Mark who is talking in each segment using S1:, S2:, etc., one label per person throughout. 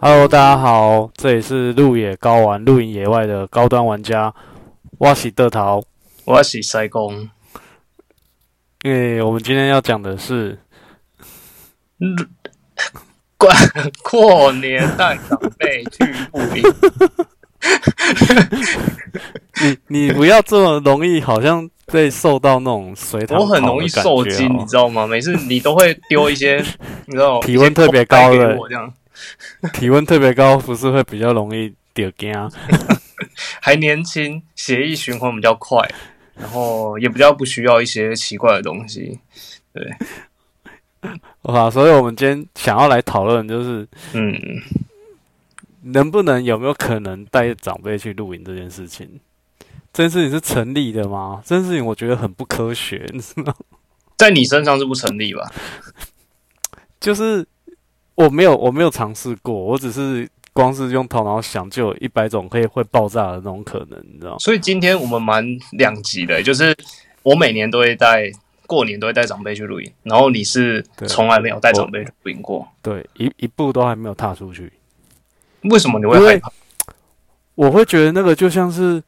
S1: Hello，大家好，这里是路野高玩、露营野外的高端玩家，哇喜德桃。
S2: 我是塞工，
S1: 因为我们今天要讲的是，
S2: 过过年带长辈去 露营，
S1: 你你不要这么容易，好像被受到那种随堂
S2: 我很
S1: 考的
S2: 容易
S1: 感
S2: 受
S1: 觉
S2: 惊，
S1: 哦
S2: 你知道吗？每次你都会丢一些， 你知道
S1: 体温特别高的
S2: 一些口袋给我这样，
S1: 体温特别高，不是会比较容易丢惊？啊
S2: 还年轻，血液循环比较快，然后也比较不需要一些奇怪的东西。
S1: 哇，所以我们今天想要来讨论，就是
S2: 嗯，
S1: 能不能有没有可能带长辈去露营这件事情。这件事情是成立的吗？这件事情我觉得很不科学，你知道吗
S2: 在你身上是不成立吧？
S1: 就是我没有我没有尝试过，我只是光是用头脑想就有一百种可以会爆炸的那种可能，你知道吗？
S2: 所以今天我们蛮两极的，就是我每年都会带。过年都会带长辈去露营，然后你是
S1: 对
S2: 从来没有带
S1: 我
S2: 长辈去露营过，
S1: 对，一一步都还没有踏出去，
S2: 为什么你会
S1: 因为
S2: 害怕？
S1: 我会觉得那个就像是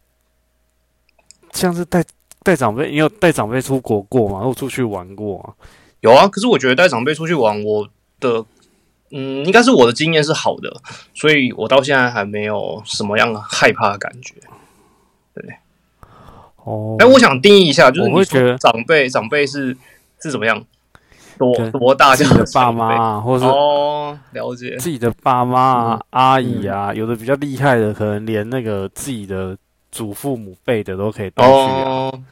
S1: 像是带带长辈，你有带长辈出国过吗？或出去玩过吗？
S2: 有啊，可是我觉得带长辈出去玩，我的嗯，应该是我的经验是好的，所以我到现在还没有什么样害怕的感觉。
S1: 哦，
S2: 哎、我想定义一下，就是
S1: 我会
S2: 你说
S1: 觉得
S2: 长辈长辈是是怎么样，多
S1: 对
S2: 多大
S1: 自
S2: 叫
S1: 己的爸妈啊，或者是
S2: 哦，嗯了解，
S1: 自己的爸妈啊、阿姨啊，有的比较厉害的，可能连那个自己的祖父母辈的都可以带去啊。
S2: 哦，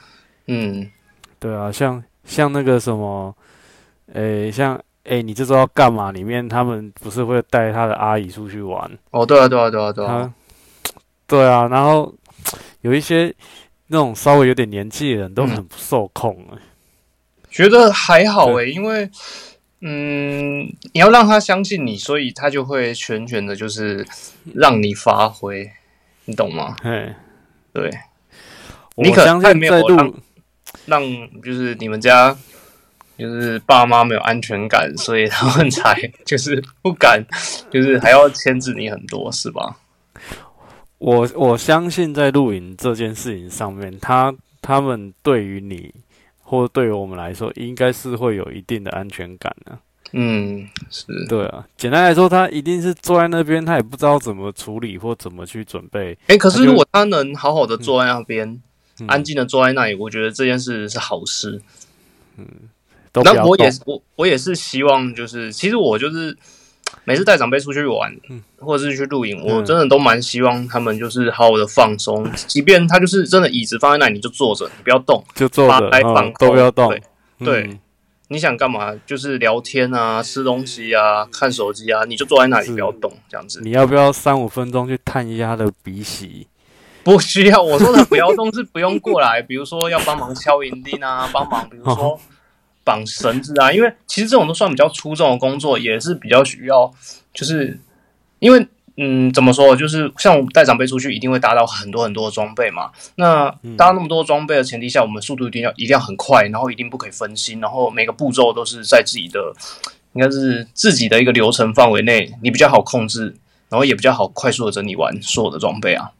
S2: 嗯，
S1: 对啊，像像那个什么，诶、像诶、你这周要干嘛？里面他们不是会带他的阿姨出去玩？
S2: 哦，对啊，对啊，对啊，对啊，
S1: 他，对啊，然后有一些那种稍微有点年纪的人都
S2: 嗯
S1: 很不受控、欸
S2: 觉得还好诶、因为。嗯，你要让他相信你，所以他就会全权的，就是让你发挥，你懂吗？
S1: 嘿，
S2: 对，
S1: 我
S2: 你可
S1: 相
S2: 太
S1: 信
S2: 没
S1: 在
S2: 有
S1: 录
S2: 让让就是你们家就是爸妈没有安全感，所以他们才 就是不敢，就是还要牵制你很多，是吧？
S1: 我我相信在露营这件事情上面，他他们对于你或对于我们来说，应该是会有一定的安全感啊的、
S2: 嗯，是，
S1: 对啊，简单来说，他一定是坐在那边，他也不知道怎么处理或怎么去准备。
S2: 哎、可
S1: 他
S2: 是
S1: 就
S2: 如果他能好好的坐在那边，
S1: 嗯、
S2: 安静的坐在那里，我觉得这件事是好事。
S1: 都不
S2: 那
S1: 要
S2: 我也
S1: 动
S2: 是我我也是希望，就是其实我就是每次带长辈出去玩，或者是去露营，我
S1: 嗯
S2: 真的都蛮希望他们就是好好的放松，即便他就是真的椅子放在那里，你就坐着，你不要动。
S1: 就坐着，
S2: 发呆
S1: 嗯
S2: 放
S1: 都不要动
S2: 空。对
S1: 嗯
S2: 你想干嘛？就是聊天啊，吃东西啊，看手机啊，你就坐在那里
S1: 是
S2: 不要动，这样子
S1: 你要不要三五分钟去探一下他的鼻息？
S2: 不需要。我说的不要动是不用过来，比如说要帮忙敲银钉啊，帮忙比如说绑绳子啊，因为其实这种都算比较粗重的工作，也是比较需要，就是因为嗯，怎么说，就是像我们带长辈出去，一定会搭到很多很多的装备嘛。那搭那么多装备的前提下，我们速度一定要一定要很快，然后一定不可以分心，然后每个步骤都是在自己的应该是自己的一个流程范围内，你比较好控制，然后也比较好快速的整理完所有的装备啊。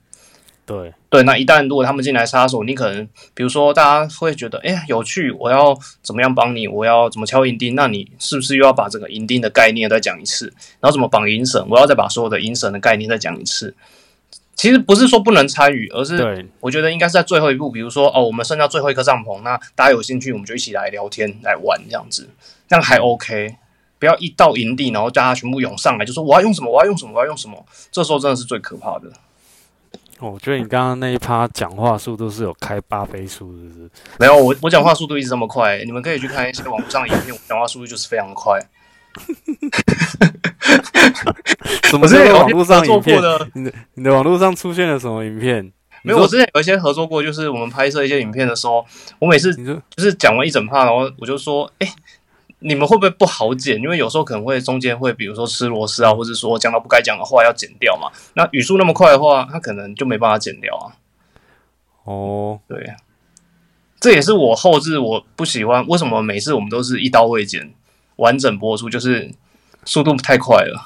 S1: 对，
S2: 对，那一旦如果他们进来插手，你可能比如说大家会觉得，哎、呀有趣，我要怎么样帮你，我要怎么敲银钉，那你是不是又要把整个银钉的概念再讲一次，然后怎么绑银绳，我要再把所有的银绳的概念再讲一次。其实不是说不能参与，而是
S1: 对，
S2: 我觉得应该是在最后一步，比如说哦，我们剩下最后一颗帐篷，那大家有兴趣，我们就一起来聊天来玩这样子，这样还 OK。不要一到营地，然后大家全部涌上来，就说我要用什么，我要用什么，我要用什么，这时候真的是最可怕的。
S1: 我觉得你刚刚那一趴讲话速度是有开八倍速，是不是？
S2: 没有，我我讲话速度一直这么快，你们可以去看一些网上的影片，我讲话速度就是非 常快。
S1: 什
S2: 我
S1: 么
S2: 之
S1: 叫做
S2: 前有
S1: 网络上
S2: 合作
S1: 影
S2: 过
S1: 片？
S2: 的，
S1: 你的网络上出现了什么影片？
S2: 没有，我之前有一些合作过，就是我们拍摄一些影片的时候，我每次
S1: 你说
S2: 就是讲完一整趴，然后我就说，哎、你们会不会不好剪？因为有时候可能会中间会，比如说吃螺丝啊，或者说讲到不该讲的话要剪掉嘛。那语速那么快的话，他可能就没办法剪掉啊。
S1: 哦，
S2: 对，啊这也是我后置我不喜欢，为什么每次我们都是一刀未剪，完整播出，就是速度太快了，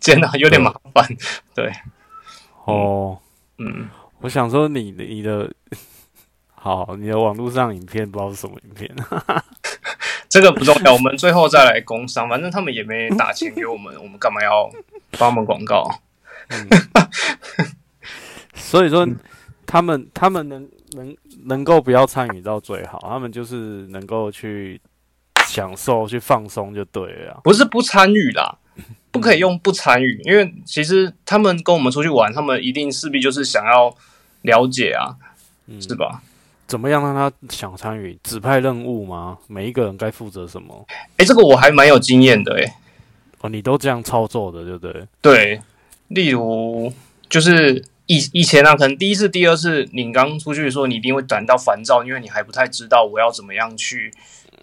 S2: 间啊，有点麻烦。对，
S1: 哦，
S2: 嗯，
S1: 我想说你的你的 好，你的网络上影片不知道是什么影片，
S2: 这个不重要，我们最后再来工商，反正他们也没打钱给我们，我们干嘛要帮他们广告？
S1: 嗯 所以说
S2: 嗯
S1: 他们他们能能能够不要参与到最好，他们就是能够去享受去放松就对了啊。
S2: 不是不参与啦，不可以用不参与，因为其实他们跟我们出去玩，他们一定势必就是想要了解啊，
S1: 嗯，
S2: 是吧？
S1: 怎么样让他想参与？指派任务吗？每一个人该负责什么？
S2: 哎，这个我还蛮有经验的哎、
S1: 哦，你都这样操作的，对不对？
S2: 对，例如就是以以前啊，可能第一次、第二次你刚出去的时候，你一定会感到烦躁，因为你还不太知道我要怎么样去，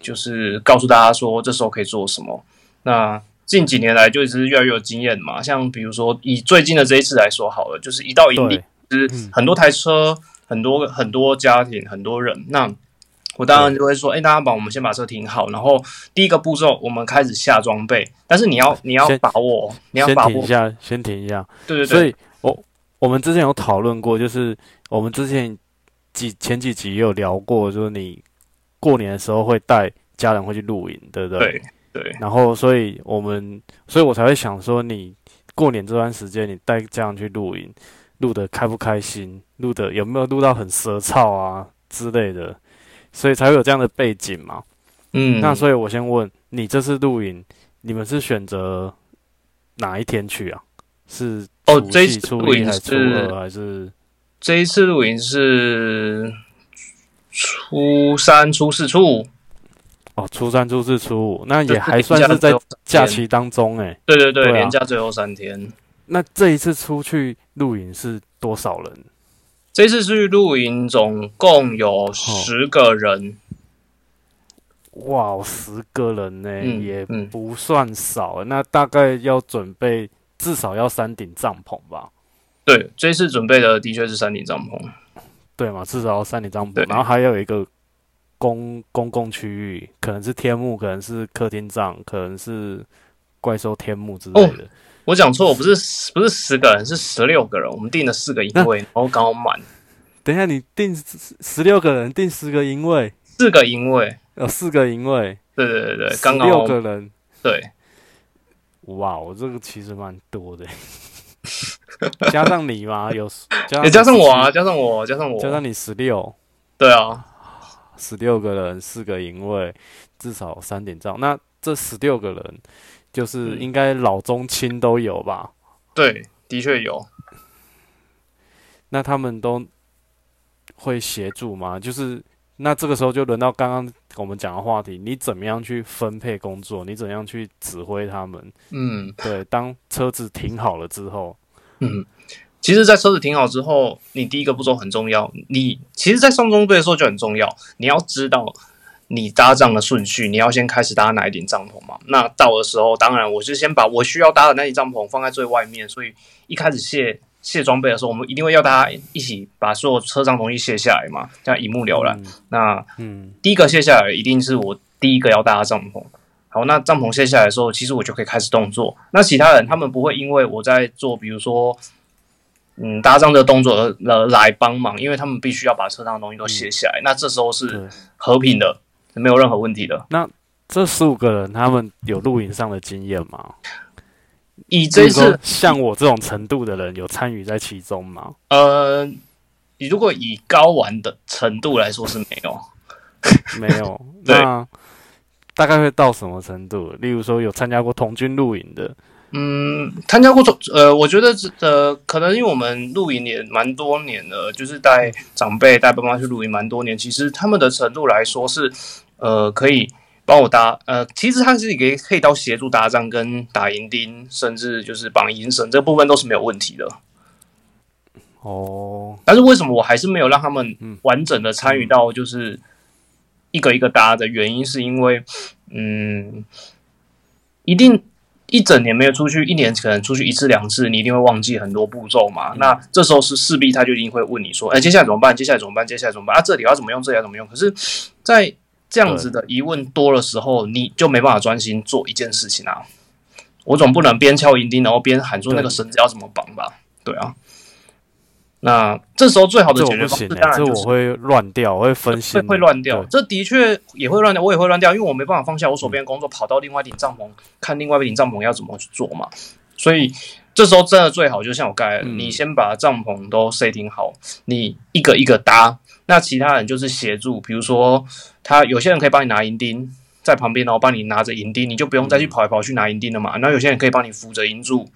S2: 就是告诉大家说这时候可以做什么。那近几年来就一直越来越有经验嘛，像比如说以最近的这一次来说好了，就是一到营地
S1: 对，
S2: 就是很多台车，很多很多家庭，很多人。那我当然就会说，哎、大家帮我们先把车停好，然后第一个步骤，我们开始下装备。但是你要你要
S1: 先
S2: 把握，你要
S1: 先
S2: 把
S1: 停
S2: 握
S1: 一，下，先停一下。
S2: 对对对，
S1: 所以我我们之前有讨论过，就是我们之前几前几集也有聊过，就是你过年的时候会带家人会去露营，对不对？
S2: 对对
S1: 然后，所以我们，所以我才会想说，你过年这段时间，你带家人去露营，录的开不开心，录的有没有录到很舌燥啊之类的，所以才会有这样的背景嘛。
S2: 嗯，
S1: 那所以我先问你，这次露营你们是选择哪一天去啊？是
S2: 哦
S1: 除
S2: 这一
S1: 夕
S2: 次
S1: 初
S2: 露
S1: 一
S2: 营
S1: 还是初
S2: 是
S1: 二还是？
S2: 这一次露营是初三、初四、初五，
S1: 哦，初三、初四、初五，那
S2: 就
S1: 也还算
S2: 连假
S1: 是在
S2: 最后
S1: 假
S2: 三天。
S1: 期当中诶、
S2: 对对对，
S1: 对啊
S2: 连假最后三天。
S1: 那这一次出去露营是多少人？
S2: 这一次去露营，总共有十个人，
S1: 哇，十个人呢、
S2: 嗯
S1: 哎也
S2: 嗯
S1: 不算少、那大概要准备至少要三顶帐篷吧？
S2: 对，这一次准备的的确是三顶帐篷，
S1: 对嘛，至少要三顶帐
S2: 对
S1: 篷，然后还有一个公公共区域，可能是天幕，可能是客厅帐，可能是怪兽天幕之类
S2: 哦
S1: 的。
S2: 我讲错，我不是不是十个人，是十六个人。我们订了四个营位，然后刚好满
S1: 等一下，你定十六个人，定十个营位，
S2: 四个营位。
S1: 有四个营位，
S2: 对对对对，
S1: 十
S2: 刚
S1: 六
S2: 好
S1: 个人，
S2: 对
S1: 哇，我这个其实蛮多 的，加上你嘛，有加
S2: 也加上我
S1: 17
S2: 啊，，加上我，加上我，
S1: 加上你十六，
S2: 对啊，
S1: 十六个人，四个营位，至少三点照。那这十六个人，就是
S2: 嗯
S1: 应该老中青都有吧？
S2: 对，的确有。
S1: 那他们都会协助吗？就是那这个时候就轮到刚刚我们讲的话题，你怎么样去分配工作？你怎么样去指挥他们？
S2: 嗯，
S1: 对，当车子停好了之后，
S2: 嗯，其实，在车子停好之后，你第一个步骤很重要。你其实，在上中队的时候就很重要，你要知道你搭帐的顺序，你要先开始搭哪一顶帐篷嘛。那到的时候，当然我是先把我需要搭的那顶帐篷放在最外面，所以一开始卸卸装备的时候，我们一定会要大家一起把所有车上东西卸下来嘛，这样一目了然。那
S1: 嗯，
S2: 第一个卸下来一定是我第一个要搭的帐篷。好，那帐篷卸下来的时候，其实我就可以开始动作。那其他人他们不会因为我在做，比如说，嗯，搭帐的动作而而来帮忙，因为他们必须要把车上的东西都卸下来。那这时候是
S1: 对。
S2: 和平的，没有任何问题的。
S1: 这十五个人他们有露营上的经验吗？
S2: 以这一
S1: 比如
S2: 次
S1: 说，像我这种程度的人有参与在其中吗？
S2: 呃，你如果以高玩的程度来说是没有，。
S1: 没有
S2: 对
S1: 那大概会到什么程度？例如说有参加过童军露营的，
S2: 嗯，参加过呃，我觉得呃，可能因为我们露营也蛮多年了，就是带长辈带爸妈去露营蛮多年，其实他们的程度来说是呃，可以帮我搭呃，其实他是也可以到协助搭帐跟打营钉，甚至就是绑营绳这部分都是没有问题的。
S1: 哦，
S2: 但是为什么我还是没有让他们
S1: 嗯
S2: 完整的参与到就是一个一个搭的原因，是因为嗯，一定一整年没有出去，一年可能出去一次两次，你一定会忘记很多步骤嘛。那这时候是势必他就一定会问你说，哎、接下来怎么办？接下来怎么办？接下来怎么办？啊，这里要怎么用？这里要怎么用？可是，在这样子的疑问多的时候，你就没办法专心做一件事情啊。我总不能边敲银钉，然后边喊出那个绳子要怎么绑吧？对啊。那这时候最好的
S1: 这
S2: 解
S1: 我
S2: 决
S1: 不
S2: 方式
S1: 行、
S2: 当
S1: 欸，
S2: 然
S1: 这
S2: 就
S1: 我
S2: 是
S1: 会乱掉，我会分心
S2: 会
S1: 欸，
S2: 会乱掉
S1: 对。
S2: 这的确也会乱掉，我也会乱掉，因为我没办法放下我手边的工作，跑到另外一顶帐篷看另外一顶帐篷要怎么去做嘛。所以这时候真的最好，就像我刚才，
S1: 嗯
S2: 你先把帐篷都 setting 好，你一个一个搭。那其他人就是协助，比如说他有些人可以帮你拿银钉，在旁边然后帮你拿着银钉，你就不用再去跑来跑去
S1: 嗯
S2: 拿银钉了嘛。然后有些人可以帮你扶着银柱，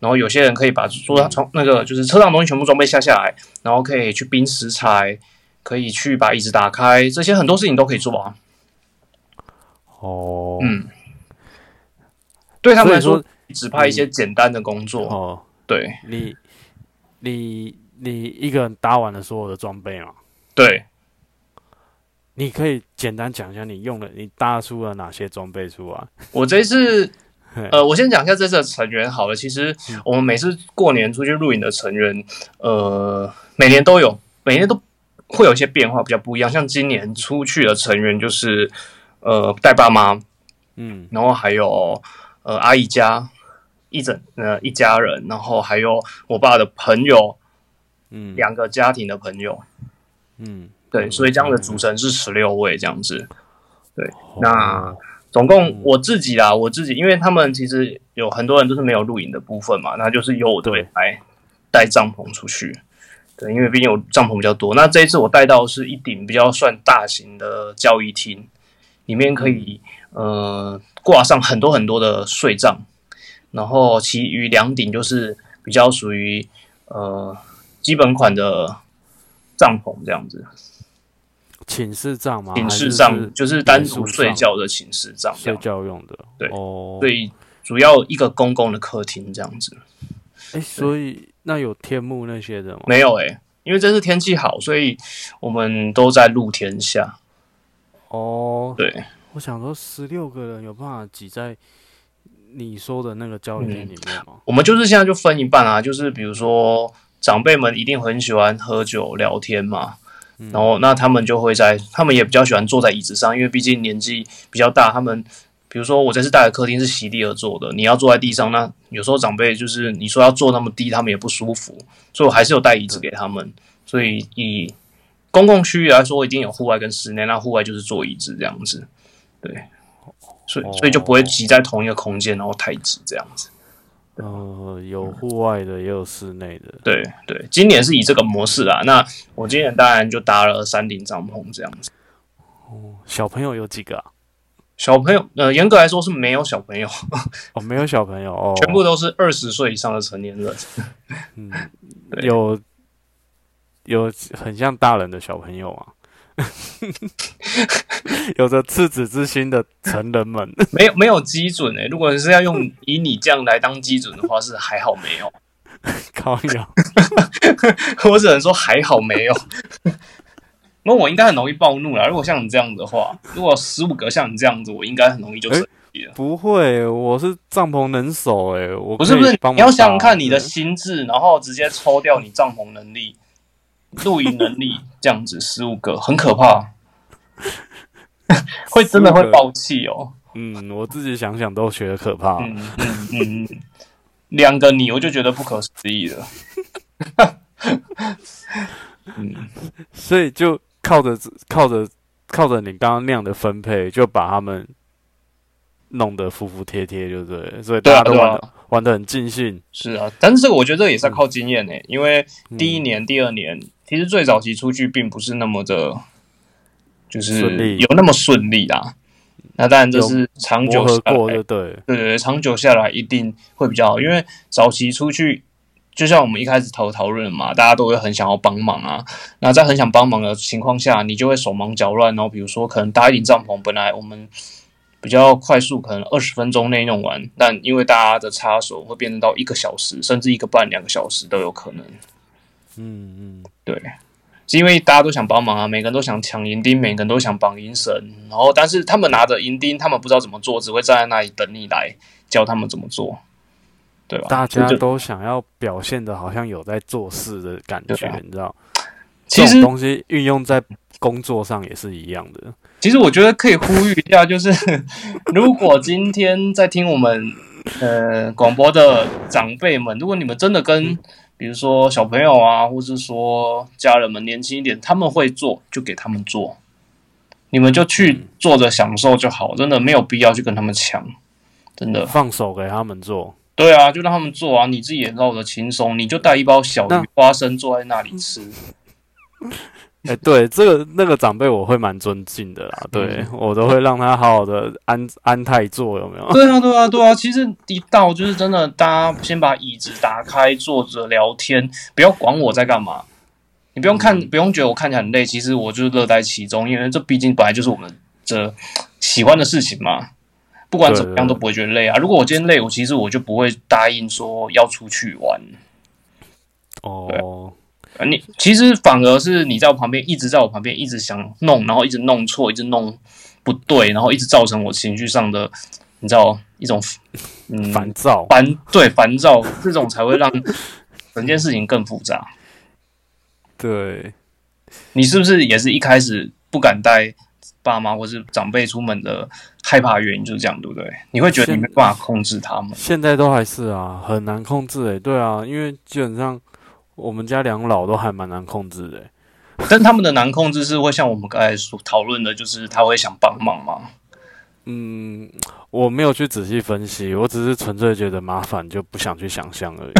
S2: 然后有些人可以把桌上从那个就是车上的东西全部装备下下来，然后可以去冰食材，可以去把椅子打开，这些很多事情都可以做啊。
S1: 哦，
S2: 嗯，对他们
S1: 所以说
S2: 来
S1: 嗯
S2: 说，指派一些简单的工作，
S1: 哦，
S2: 对
S1: 你你你一个人搭完了所有的装备嘛？
S2: 对，
S1: 你可以简单讲一下你用了你搭出了哪些装备出来？
S2: 我这一次
S1: 嘿，
S2: 呃，我先讲一下这次的成员好了。其实
S1: 嗯
S2: 我们每次过年出去露营的成员，呃，每年都有，每年都会有一些变化，比较不一样。像今年出去的成员就是，呃，带爸妈，
S1: 嗯，
S2: 然后还有呃阿姨家一整呃一家人，然后还有我爸的朋友，
S1: 嗯
S2: 两个家庭的朋友，
S1: 嗯，
S2: 对，所以这样的组
S1: 嗯
S2: 成是十六位这样子。
S1: 哦
S2: 那
S1: 嗯
S2: 总共我自己啦，我自己，因为他们其实有很多人都是没有露营的部分嘛，那就是由我这边来带帐篷出去。对，因为毕竟我帐篷比较多。那这一次我带到的是一顶比较算大型的交易厅，里面可以
S1: 嗯
S2: 呃挂上很多很多的睡帐，然后其余两顶就是比较属于呃基本款的帐篷这样子，
S1: 寝室帐吗？
S2: 寝
S1: 啊
S2: 室
S1: 还是
S2: 帐
S1: 是
S2: 就是单
S1: 民宿
S2: 独睡
S1: 帐
S2: 觉的寝室帐这
S1: 睡
S2: 样
S1: 觉用的。
S2: 对
S1: 哦，
S2: 所以主要一个公共的客厅这样子。
S1: 哎，所以那有天幕那些的吗？
S2: 没有诶、欸因为这次天气好，所以我们都在露天下。
S1: 哦，
S2: 对，
S1: 我想说十六个人有办法挤在你说的那个交流厅里面吗？
S2: 我们就是现在就分一半啊，就是比如说长辈们一定很喜欢喝酒聊天嘛。然后，那他们就会在，他们也比较喜欢坐在椅子上，因为毕竟年纪比较大，他们，比如说我这次带的客厅是席地而坐的，你要坐在地上，那有时候长辈就是你说要坐那么低，他们也不舒服，所以我还是有带椅子给他们。所以以公共区域来说，一定有户外跟室内，那户外就是坐椅子这样子，对，所以所以就不会挤在同一个空间，然后太挤这样子。嗯
S1: 呃，有户外的，也有室内的。
S2: 对对，今年是以这个模式啦。那我今年当然就搭了山顶帐篷这样子。
S1: 小朋友有几个啊？
S2: 小朋友，呃，严格来说是没有小朋友，
S1: 哦，没有小朋友哦，
S2: 全部都是二十岁以上的成年人。
S1: 嗯，
S2: 对
S1: 有有很像大人的小朋友啊， 有着赤子之心的成人们，
S2: 没有没有基准欸诶、如果是要用以你这样来当基准的话，是还好没有。
S1: 靠呀！
S2: 我只能说还好没有。那我应该很容易暴怒啦。如果像你这样的话，如果十五个像你这样子，我应该很容易就生气了。
S1: 不会，我是帐篷能手诶、我
S2: 不是
S1: 可以
S2: 不是，
S1: 帮忙
S2: 你要想想
S1: 搭
S2: 看你的
S1: 对
S2: 心智，然后直接抽掉你帐篷能 力、露营能力，这样子十五个很可怕，会真的会爆气哦。
S1: 嗯，我自己想想都觉得可怕。啊
S2: 嗯嗯嗯嗯，两个你我就觉得不可思议了。嗯，
S1: 所以就靠着靠着靠着你刚刚那样的分配，就把他们弄得服服帖帖，就对了。所以大家
S2: 对啊
S1: 都
S2: 对
S1: 玩
S2: 啊
S1: 的、。玩的很尽兴。
S2: 是啊，但是这个我觉得这个也是要靠经验诶、欸因为第一
S1: 嗯
S2: 年、第二年，其实最早期出去并不是那么的，就是
S1: 顺利
S2: 有那么顺利啦。那当然这是长
S1: 磨
S2: 久哎
S1: 合
S2: 下
S1: 过
S2: 来，
S1: 就对了。
S2: 对对对，长久下来一定会比较好，因为早期出去，就像我们一开始讨讨论嘛，大家都会很想要帮忙啊。那在很想帮忙的情况下，你就会手忙脚乱，然后比如说可能搭一顶帐篷，本来我们比较快速，可能二十分钟内弄完，但因为大家的插手会变成到一个小时，甚至一个半、两个小时都有可能。
S1: 嗯嗯，
S2: 对，是因为大家都想帮忙啊，每个人都想抢银钉，每个人都想绑银绳，然后但是他们拿着银钉，他们不知道怎么做，只会站在那里等你来教他们怎么做，对吧？
S1: 大家
S2: 这就
S1: 都想要表现的好像有在做事的感觉，
S2: 对啊
S1: 你知道？
S2: 其
S1: 这种
S2: 实
S1: 东西运用在工作上也是一样的。
S2: 其实我觉得可以呼吁一下，就是如果今天在听我们呃广播的长辈们，如果你们真的跟比如说小朋友啊，或是说家人们年轻一点，他们会做就给他们做，你们就去做着享受就好，真的没有必要去跟他们抢，真的。
S1: 放手给他们做。
S2: 对啊，就让他们做啊，你自己也绕的轻松，你就带一包小
S1: 那
S2: 鱼花生坐在那里吃。
S1: 哎、对，这个那个长辈我会蛮尊敬的
S2: 嗯
S1: 啦，对我都会让他好好的安安泰坐，有没有？
S2: 对啊，对啊，对啊！其实一到就是真的，大家先把椅子打开，坐着聊天，不要管我在干嘛。你不用看，
S1: 嗯
S2: 不用觉得我看起来很累，其实我就是乐在其中，因为这毕竟本来就是我们这喜欢的事情嘛。不管怎么
S1: 对对对
S2: 样都不会觉得累啊。如果我今天累，我其实我就不会答应说要出去玩。
S1: 哦，
S2: 啊你其实反而是你在我旁边，一直在我旁边，一直想弄，然后一直弄错，一直弄不对，然后一直造成我情绪上的，你知道一种嗯
S1: 烦躁。
S2: 烦对烦躁，这种才会让整件事情更复杂。
S1: 对，
S2: 你是不是也是一开始不敢带爸妈或是长辈出门的害怕原因就是这样，对不对？你会觉得你没办法控制他们。
S1: 现在都还是啊，很难控制诶、对啊，因为基本上我们家两老都还蛮难控制的、欸。
S2: 但他们的难控制是会像我们刚才所讨论的，就是他会想帮忙嘛。
S1: 嗯，我没有去仔细分析，我只是纯粹觉得麻烦，就不想去想象 而已。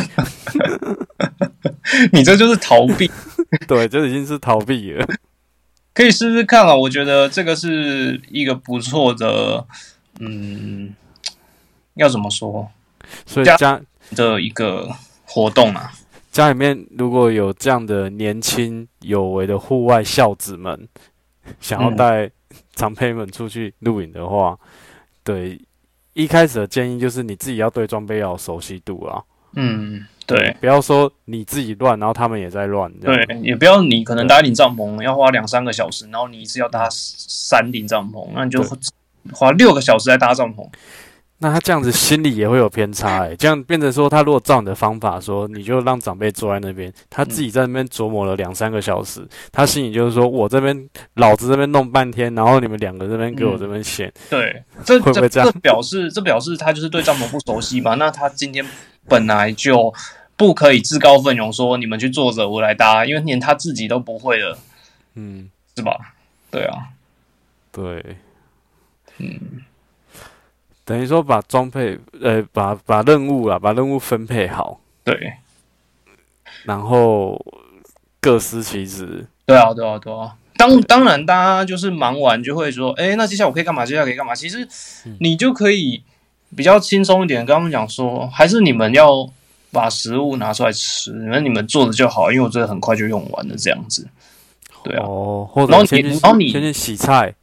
S2: 你这就是逃避，
S1: 对，这已经是逃避 了。
S2: 可以试试看啊。我觉得这个是一个不错的，嗯，要怎么说
S1: 所以
S2: 家
S1: 家
S2: 的一个活动啊。
S1: 家里面如果有这样的年轻有为的户外孝子们，想要
S2: 嗯
S1: 带长辈们出去露营的话，对，一开始的建议就是你自己要对装备要有熟悉度啊，
S2: 嗯，对。
S1: 不要说你自己乱，然后他们也在乱，这样
S2: 对，也不要你可能搭一顶帐篷要花两三个小时，然后你一次要搭三顶帐篷，那你就
S1: 对
S2: 花六个小时在搭帐篷。
S1: 那他这样子心里也会有偏差、欸，这样变成说他如果照你的方法说，你就让长辈坐在那边，他自己在那边琢磨了两三个小时，他心里就是说我这边老子这边弄半天，然后你们两个这边给我
S2: 嗯
S1: 这边显，
S2: 对，这
S1: 会不会
S2: 这
S1: 这样
S2: 这表示这表示他就是对帐篷不熟悉嘛？那他今天本来就不可以自告奋勇说你们去坐着我来搭，因为连他自己都不会了，
S1: 嗯，
S2: 是吧？对啊，
S1: 对，
S2: 嗯，
S1: 等于说把装配，呃，把把任务啦，把任务分配好，
S2: 对，
S1: 然后各司其职，
S2: 对啊，对啊，对啊。当当然，大家就是忙完就会说，哎，那接下来我可以干嘛？接下来可以干嘛？其实你就可以比较轻松一点，跟他们讲说，还是你们要把食物拿出来吃，那你们做的就好，因为我真的很快就用完了这样子。对啊，
S1: 哦，或
S2: 然后
S1: 者先
S2: 你
S1: 去
S2: 然后你
S1: 先去洗菜，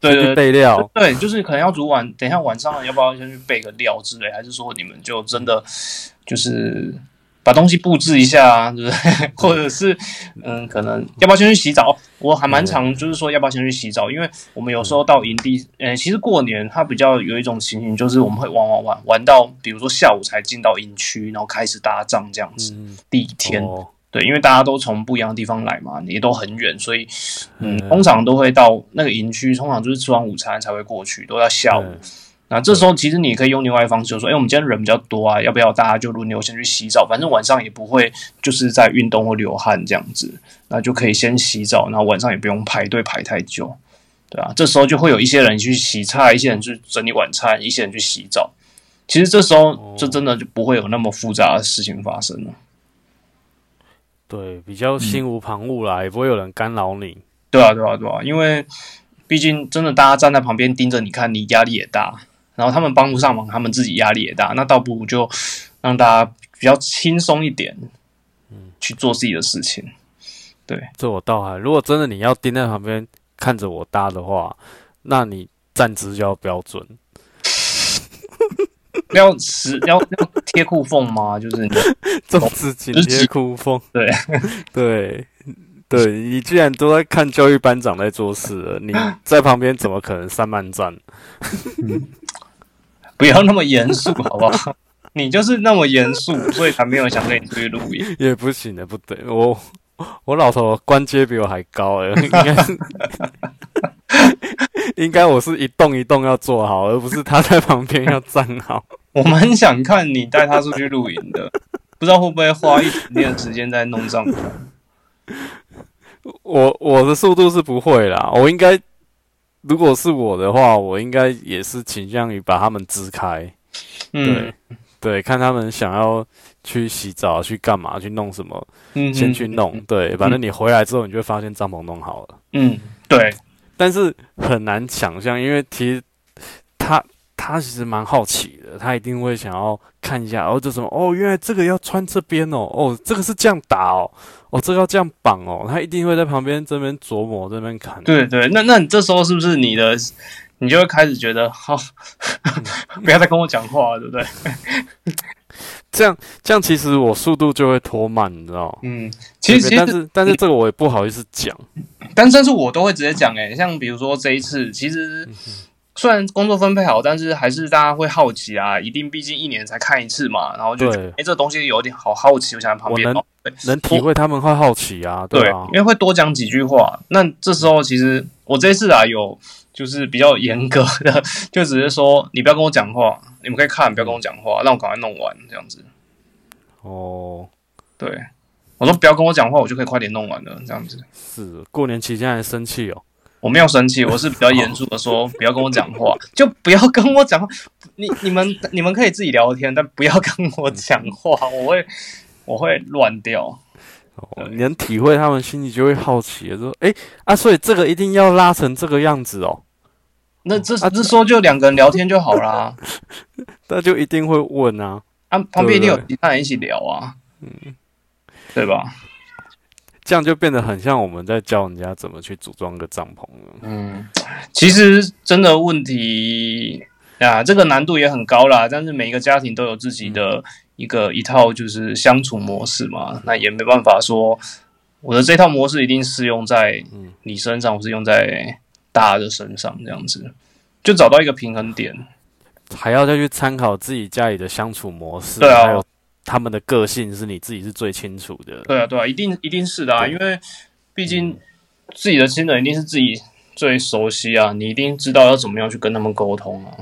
S2: 对
S1: 先去
S2: 对对
S1: 备料，
S2: 对，就是可能要煮晚，等一下晚上要不要先去备个料之类，还是说你们就真的就是把东西布置一下啊，对不对？ 或者是嗯，可能要不要先去洗澡？我还
S1: 嗯
S2: 蛮常就是说要不要先去洗澡，因为我们有时候到营地，呃，其实过年它比较有一种情形，就是我们会玩玩玩玩到，比如说下午才进到营区，然后开始搭帐这样子，
S1: 嗯，
S2: 第一天。
S1: 哦
S2: 对，因为大家都从不一样的地方来嘛，也都很远，所以嗯，
S1: 嗯
S2: 通常都会到那个营区，通常就是吃完午餐才会过去，都要下午。
S1: 对
S2: 那这时候其实你可以用另外一方式，就说，哎，我们今天人比较多啊，要不要大家就轮流先去洗澡？反正晚上也不会就是在运动或流汗这样子，那就可以先洗澡，然后晚上也不用排队排太久，对啊，这时候就会有一些人去洗菜，一些人去整理晚餐，一些人去洗澡。其实这时候就真的就不会有那么复杂的事情发生了。
S1: 对，比较心无旁骛啦，也不会有人干扰你。
S2: 对啊，对啊，对啊，因为毕竟真的大家站在旁边盯着你看，你压力也大，然后他们帮不上忙，他们自己压力也大，那倒不如就让大家比较轻松一点，
S1: 嗯
S2: 去做自己的事情。
S1: 这我倒还，如果真的你要盯在旁边看着我搭的话，那你站姿就要标准。
S2: 不要实要要贴裤缝吗？就是你
S1: 粽子紧贴哭风，
S2: 对
S1: 对对，你既然都在看教育班长在做事了，你在旁边怎么可能散漫站？
S2: 不要那么严肃，好不好？你就是那么严肃，所以才没有想跟你出去露营。
S1: 也不行的，不对，我我老头官阶比我还高哎、应该 是应该我是一栋一栋要做好，而不是他在旁边要站好。
S2: 我蛮想看你带他出去露营的，不知道会不会花一整天的时间在弄帐篷。
S1: 我我的速度是不会啦，我应该如果是我的话，我应该也是倾向于把他们支开，
S2: 嗯
S1: 对，看他们想要去洗澡、去干嘛、去弄什么，
S2: 嗯，
S1: 先去弄。对，反正你回来之后，你就会发现帐篷弄好了。
S2: 嗯，对，
S1: 但是很难想象，因为其实他他其实蛮好奇的，他一定会想要看一下，哦，这什么？哦，原来这个要穿这边哦，哦，这个是这样打哦，哦，这个要这样绑哦，他一定会在旁边这边琢磨，这边看。
S2: 对对。那那你这时候是不是你的，你就会开始觉得，好、
S1: 嗯
S2: 不要再跟我讲话了，对不对？
S1: 这样这样其实我速度就会拖慢，你知道吗？
S2: 嗯，其实
S1: 对
S2: 其
S1: 但
S2: 实，
S1: 是但是这个我也不好意思讲，
S2: 但但是我都会直接讲，哎，像比如说这一次，其实。
S1: 嗯
S2: 虽然工作分配好，但是还是大家会好奇啊，一定毕竟一年才看一次嘛，然后就觉得
S1: 对
S2: 哎、这东西有点好好奇，我想在旁边
S1: 我能
S2: 哦，
S1: 能体会他们会好奇啊，
S2: 对，
S1: 啊
S2: 因，为会多讲几句话。那这时候其实我这次啊有就是比较严格的，就只是说你不要跟我讲话，你们可以看，不要跟我讲话，让我赶快弄完这样子。
S1: 哦，
S2: 对，我说不要跟我讲话，我就可以快点弄完了这样子。
S1: 是过年期间还生气哦，
S2: 我没有生气，我是比较严肃的说，不要跟我讲话，就不要跟我讲话。你你们你们可以自己聊天，但不要跟我讲话，我会我会乱掉。
S1: 哦你能体会他们心里就会好奇了，说，诶、啊，所以这个一定要拉成这个样子哦，
S2: 那这这时候就两个人聊天就好啦，
S1: 那就一定会问啊。
S2: 啊，旁边一定有其他人一起聊啊，嗯，对吧？
S1: 这样就变得很像我们在教人家怎么去组装个帐篷了。
S2: 嗯，其实真的问题啊，这个难度也很高啦。但是每个家庭都有自己的
S1: 嗯
S2: 一个一套就是相处模式嘛，那也没办法说我的这套模式一定适用在
S1: 嗯
S2: 你身上，或是用在大家的身上，这样子就找到一个平衡点。
S1: 还要再去参考自己家里的相处模式，
S2: 对啊
S1: 还有他们的个性是你自己是最清楚的。
S2: 对啊，对啊，一定一定是的啊，
S1: 对嗯
S2: 因为毕竟自己的亲人一定是自己最熟悉啊，你一定知道要怎么样去跟他们沟通啊。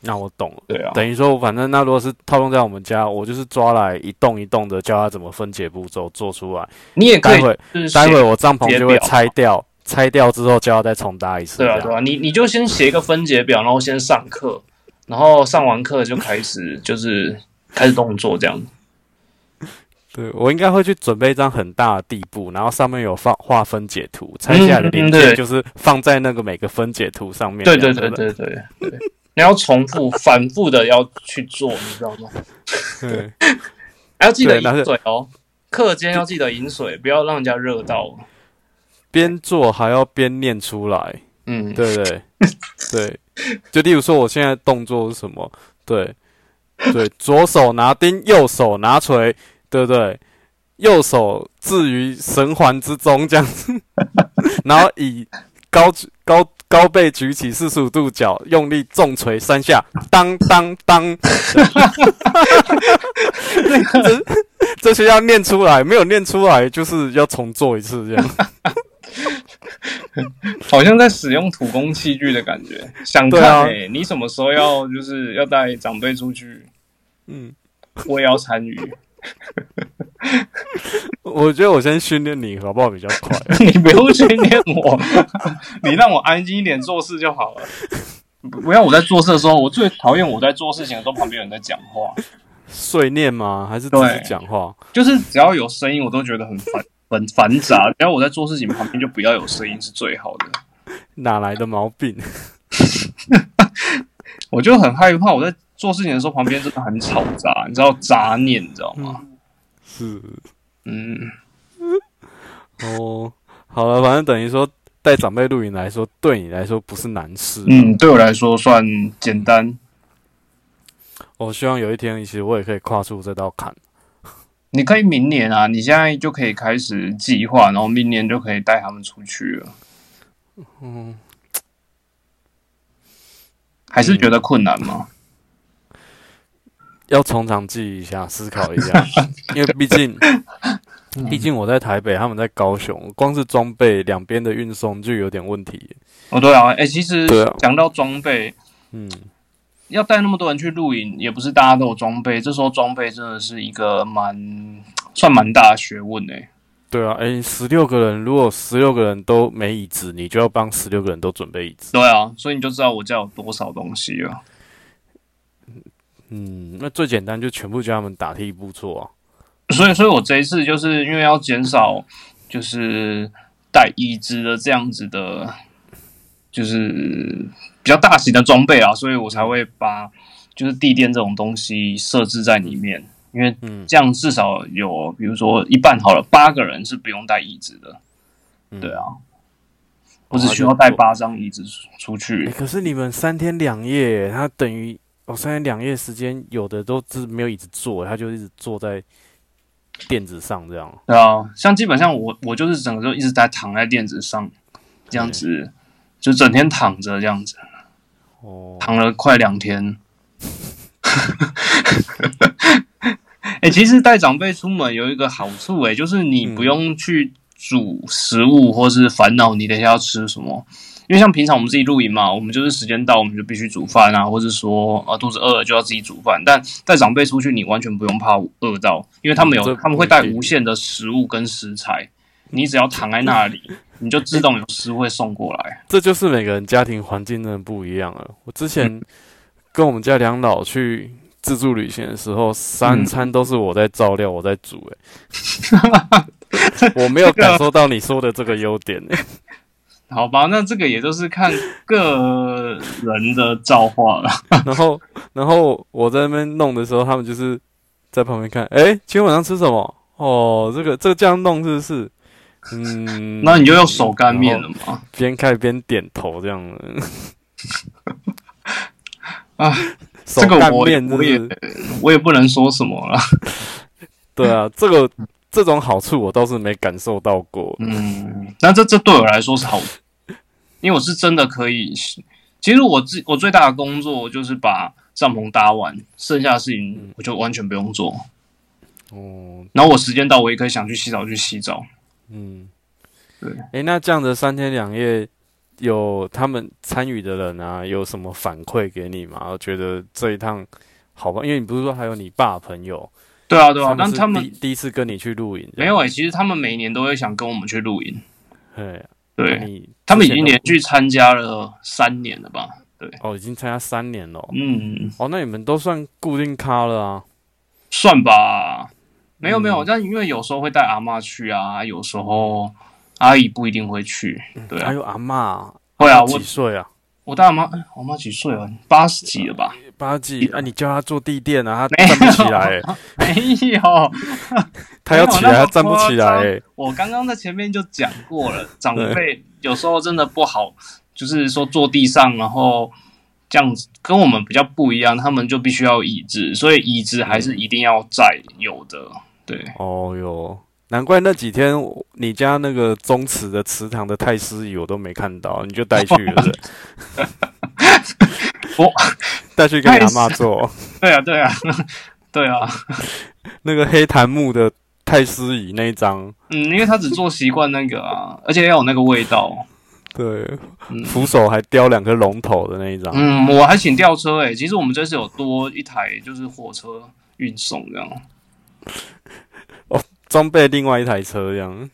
S1: 那我懂了。
S2: 对啊，
S1: 等于说，反正那如果是套用在我们家，我就是抓来一栋一栋的教他怎么分解步骤做出来。
S2: 你也可
S1: 待
S2: 以
S1: 会
S2: 就是写
S1: 待会我帐篷
S2: 解
S1: 就会
S2: 表
S1: 拆掉，拆掉之后教他再重搭一次。
S2: 对啊，
S1: 这样
S2: 对啊，你你就先写一个分解表，然后先上课，然后上完课就开始就是开始动作这样。
S1: 对我应该会去准备一张很大的地布，然后上面有放划分解图，拆下来的零
S2: 嗯对
S1: 件就是放在那个每个分解图上面。
S2: 对对
S1: 这
S2: 对
S1: 样子
S2: 对对对，你要重复反复的要去做，你知道吗？
S1: 对。
S2: 还要记得
S1: 对但是
S2: 饮水哦，课间要记得饮水，不要让人家热到。
S1: 边做还要边念出来，
S2: 嗯，
S1: 对 不对？对，就例如说我现在动作是什么？对，对，左手拿钉，右手拿锤，对不对？右手置于神环之中，这样子， 然后以高举高高背举起四十五度角，用力重锤三下，当当当。 这 这些要念出来，没有念出来就是要重做一次这样。
S2: 好像在使用土工器具的感觉。想
S1: 对啊
S2: 看诶、你什么时候要就是要带长辈出去，
S1: 嗯。
S2: 我也要参与。
S1: 我觉得我先训练你好不好比较快。
S2: 你不用训练我， 你让我安静一点做事就好了。不要我在做事的时候，我最讨厌我在做事情的时候旁边有人在讲话，
S1: 碎念吗？还是只
S2: 对
S1: 是讲话？
S2: 就是只要有声音我都觉得很烦、很繁杂。只要我在做事情旁边就不要有声音是最好的。
S1: 哪来的毛病？
S2: 我就很害怕我在做事情的时候旁边真的很吵杂，你知道杂念，你知道吗？
S1: 是
S2: 嗯，
S1: 哦，好了，反正等于说带长辈露营来说，对你来说不是难事。啊
S2: 嗯，对我来说算简单。
S1: 我哦希望有一天，其实我也可以跨出这道坎。
S2: 你可以明年啊，你现在就可以开始计划，然后明年就可以带他们出去了。
S1: 嗯，
S2: 还是觉得困难吗？
S1: 要从长计议一下，思考一 下，因为毕竟。毕竟我在台北，他们在高雄，光是装备两边的运送就有点问题。
S2: 哦，对啊，哎、其实
S1: 对啊
S2: 讲到装备，
S1: 嗯，
S2: 要带那么多人去露营，也不是大家都有装备。这时候装备真的是一个蛮算蛮大的学问欸诶、
S1: 对啊，诶，十六个人，如果十六个人都没椅子，你就要帮十六个人都准备椅子。
S2: 对啊，所以你就知道我家有多少东西了。
S1: 嗯，那最简单就全部叫他们打替步做啊。
S2: 所以，所以我这一次就是因为要减少就是带椅子的这样子的，就是比较大型的装备啊，所以我才会把就是地垫这种东西设置在里面，因为
S1: 嗯
S2: 这样至少有比如说一半好了，八个人是不用带椅子的。
S1: 嗯
S2: 对啊，我只需要带八张椅子出出去
S1: 诶。可是你们三天两夜，他等于哦，三天两夜时间，有的都是没有椅子坐，他就一直坐在垫子上这样。
S2: 对啊，像基本上我我就是整个就一直在躺在垫子上，这样子就整天躺着这样子，
S1: 哦，
S2: 躺了快两天。 哎、其实带长辈出门有一个好处、诶，就是你不用去煮食物，或是烦恼你等一下要吃什么。因为像平常我们自己露营嘛，我们就是时间到我们就必须煮饭啊，或者说啊肚子饿了就要自己煮饭。但带长辈出去，你完全不用怕饿到，因为他们
S1: 嗯这
S2: 有
S1: 不
S2: 他们会带
S1: 一定
S2: 无限的食物跟食材，你只要躺在那里，你就自动有食物会送过来。
S1: 这就是每个人家庭环境真的不一样了。我之前跟我们家两老去自助旅行的时候，三
S2: 嗯
S1: 餐都是我在照料，我在煮、 欸，我没有感受到你说的这个优点、欸。
S2: 好吧，那这个也就是看个人的造化了。
S1: 然后，然后我在那边弄的时候，他们就是在旁边看，哎、今天晚上吃什么？哦，这个这个这样弄是不是？嗯，
S2: 那你就用手干面了嘛？
S1: 边看边点头这样的。
S2: 啊，
S1: 手
S2: 这个
S1: 干
S2: 我也
S1: 面真
S2: 我也
S1: 是
S2: 我也不能说什么了。
S1: 对啊，这个这种好处我倒是没感受到过。
S2: 嗯，那这这对我来说是好的，因为我是真的可以。其实我最我最大的工作就是把帐篷搭完，剩下的事
S1: 嗯
S2: 情我就完全不用做。
S1: 哦，
S2: 然后我时间到，我也可以想去洗澡去洗澡。
S1: 嗯，
S2: 对
S1: 诶，那这样的三天两夜，有他们参与的人啊，有什么反馈给你吗？我觉得这一趟好吧，因为你不是说还有你爸朋友，
S2: 对啊，对啊。
S1: 是
S2: 但他
S1: 第
S2: 们
S1: 第一次跟你去露营，
S2: 没有诶、其实他们每年都会想跟我们去露营。
S1: 这样，嘿，那
S2: 对，
S1: 你
S2: 他们已
S1: 之
S2: 经
S1: 前
S2: 连续参加了三年了吧？
S1: 都哦，已经参加三年了哦，
S2: 嗯，
S1: 哦，那你们都算固定咖了啊，
S2: 算吧。没有没有，
S1: 嗯
S2: 但因为有时候会带阿嬷去啊，有时候阿姨不一定会去。对啊
S1: 还，有阿妈，
S2: 会啊，我
S1: 几岁啊？
S2: 我大妈，哎我妈几岁啊？八十几了吧？
S1: 八几啊？你叫他坐地垫啊，
S2: 没
S1: 他
S2: 有
S1: 站不起来、欸，
S2: 没有，
S1: 他要起
S2: 没有那
S1: 来，他
S2: 么
S1: 站不起来、欸。
S2: 我刚刚在前面就讲过了，长辈有时候真的不好，就是说坐地上，然后这样子跟我们比较不一样，他们就必须要有椅子，所以椅子还是一定要在有的。对，
S1: 哦哟，难怪那几天我你家那个宗祠的祠堂的太师椅我都没看到，你就带去了是不是
S2: 我
S1: 带去给你阿妈坐
S2: 对啊，对啊，对啊，
S1: 那个黑檀木的太师椅那一张，
S2: 嗯，因为他只做习惯那个啊，而且要有那个味道。
S1: 对，
S2: 嗯
S1: 扶手还雕两个龙头的那一张。
S2: 嗯，我还请吊车诶、欸其实我们这次有多一台就是火车运送这样。
S1: 装备另外一台车这样，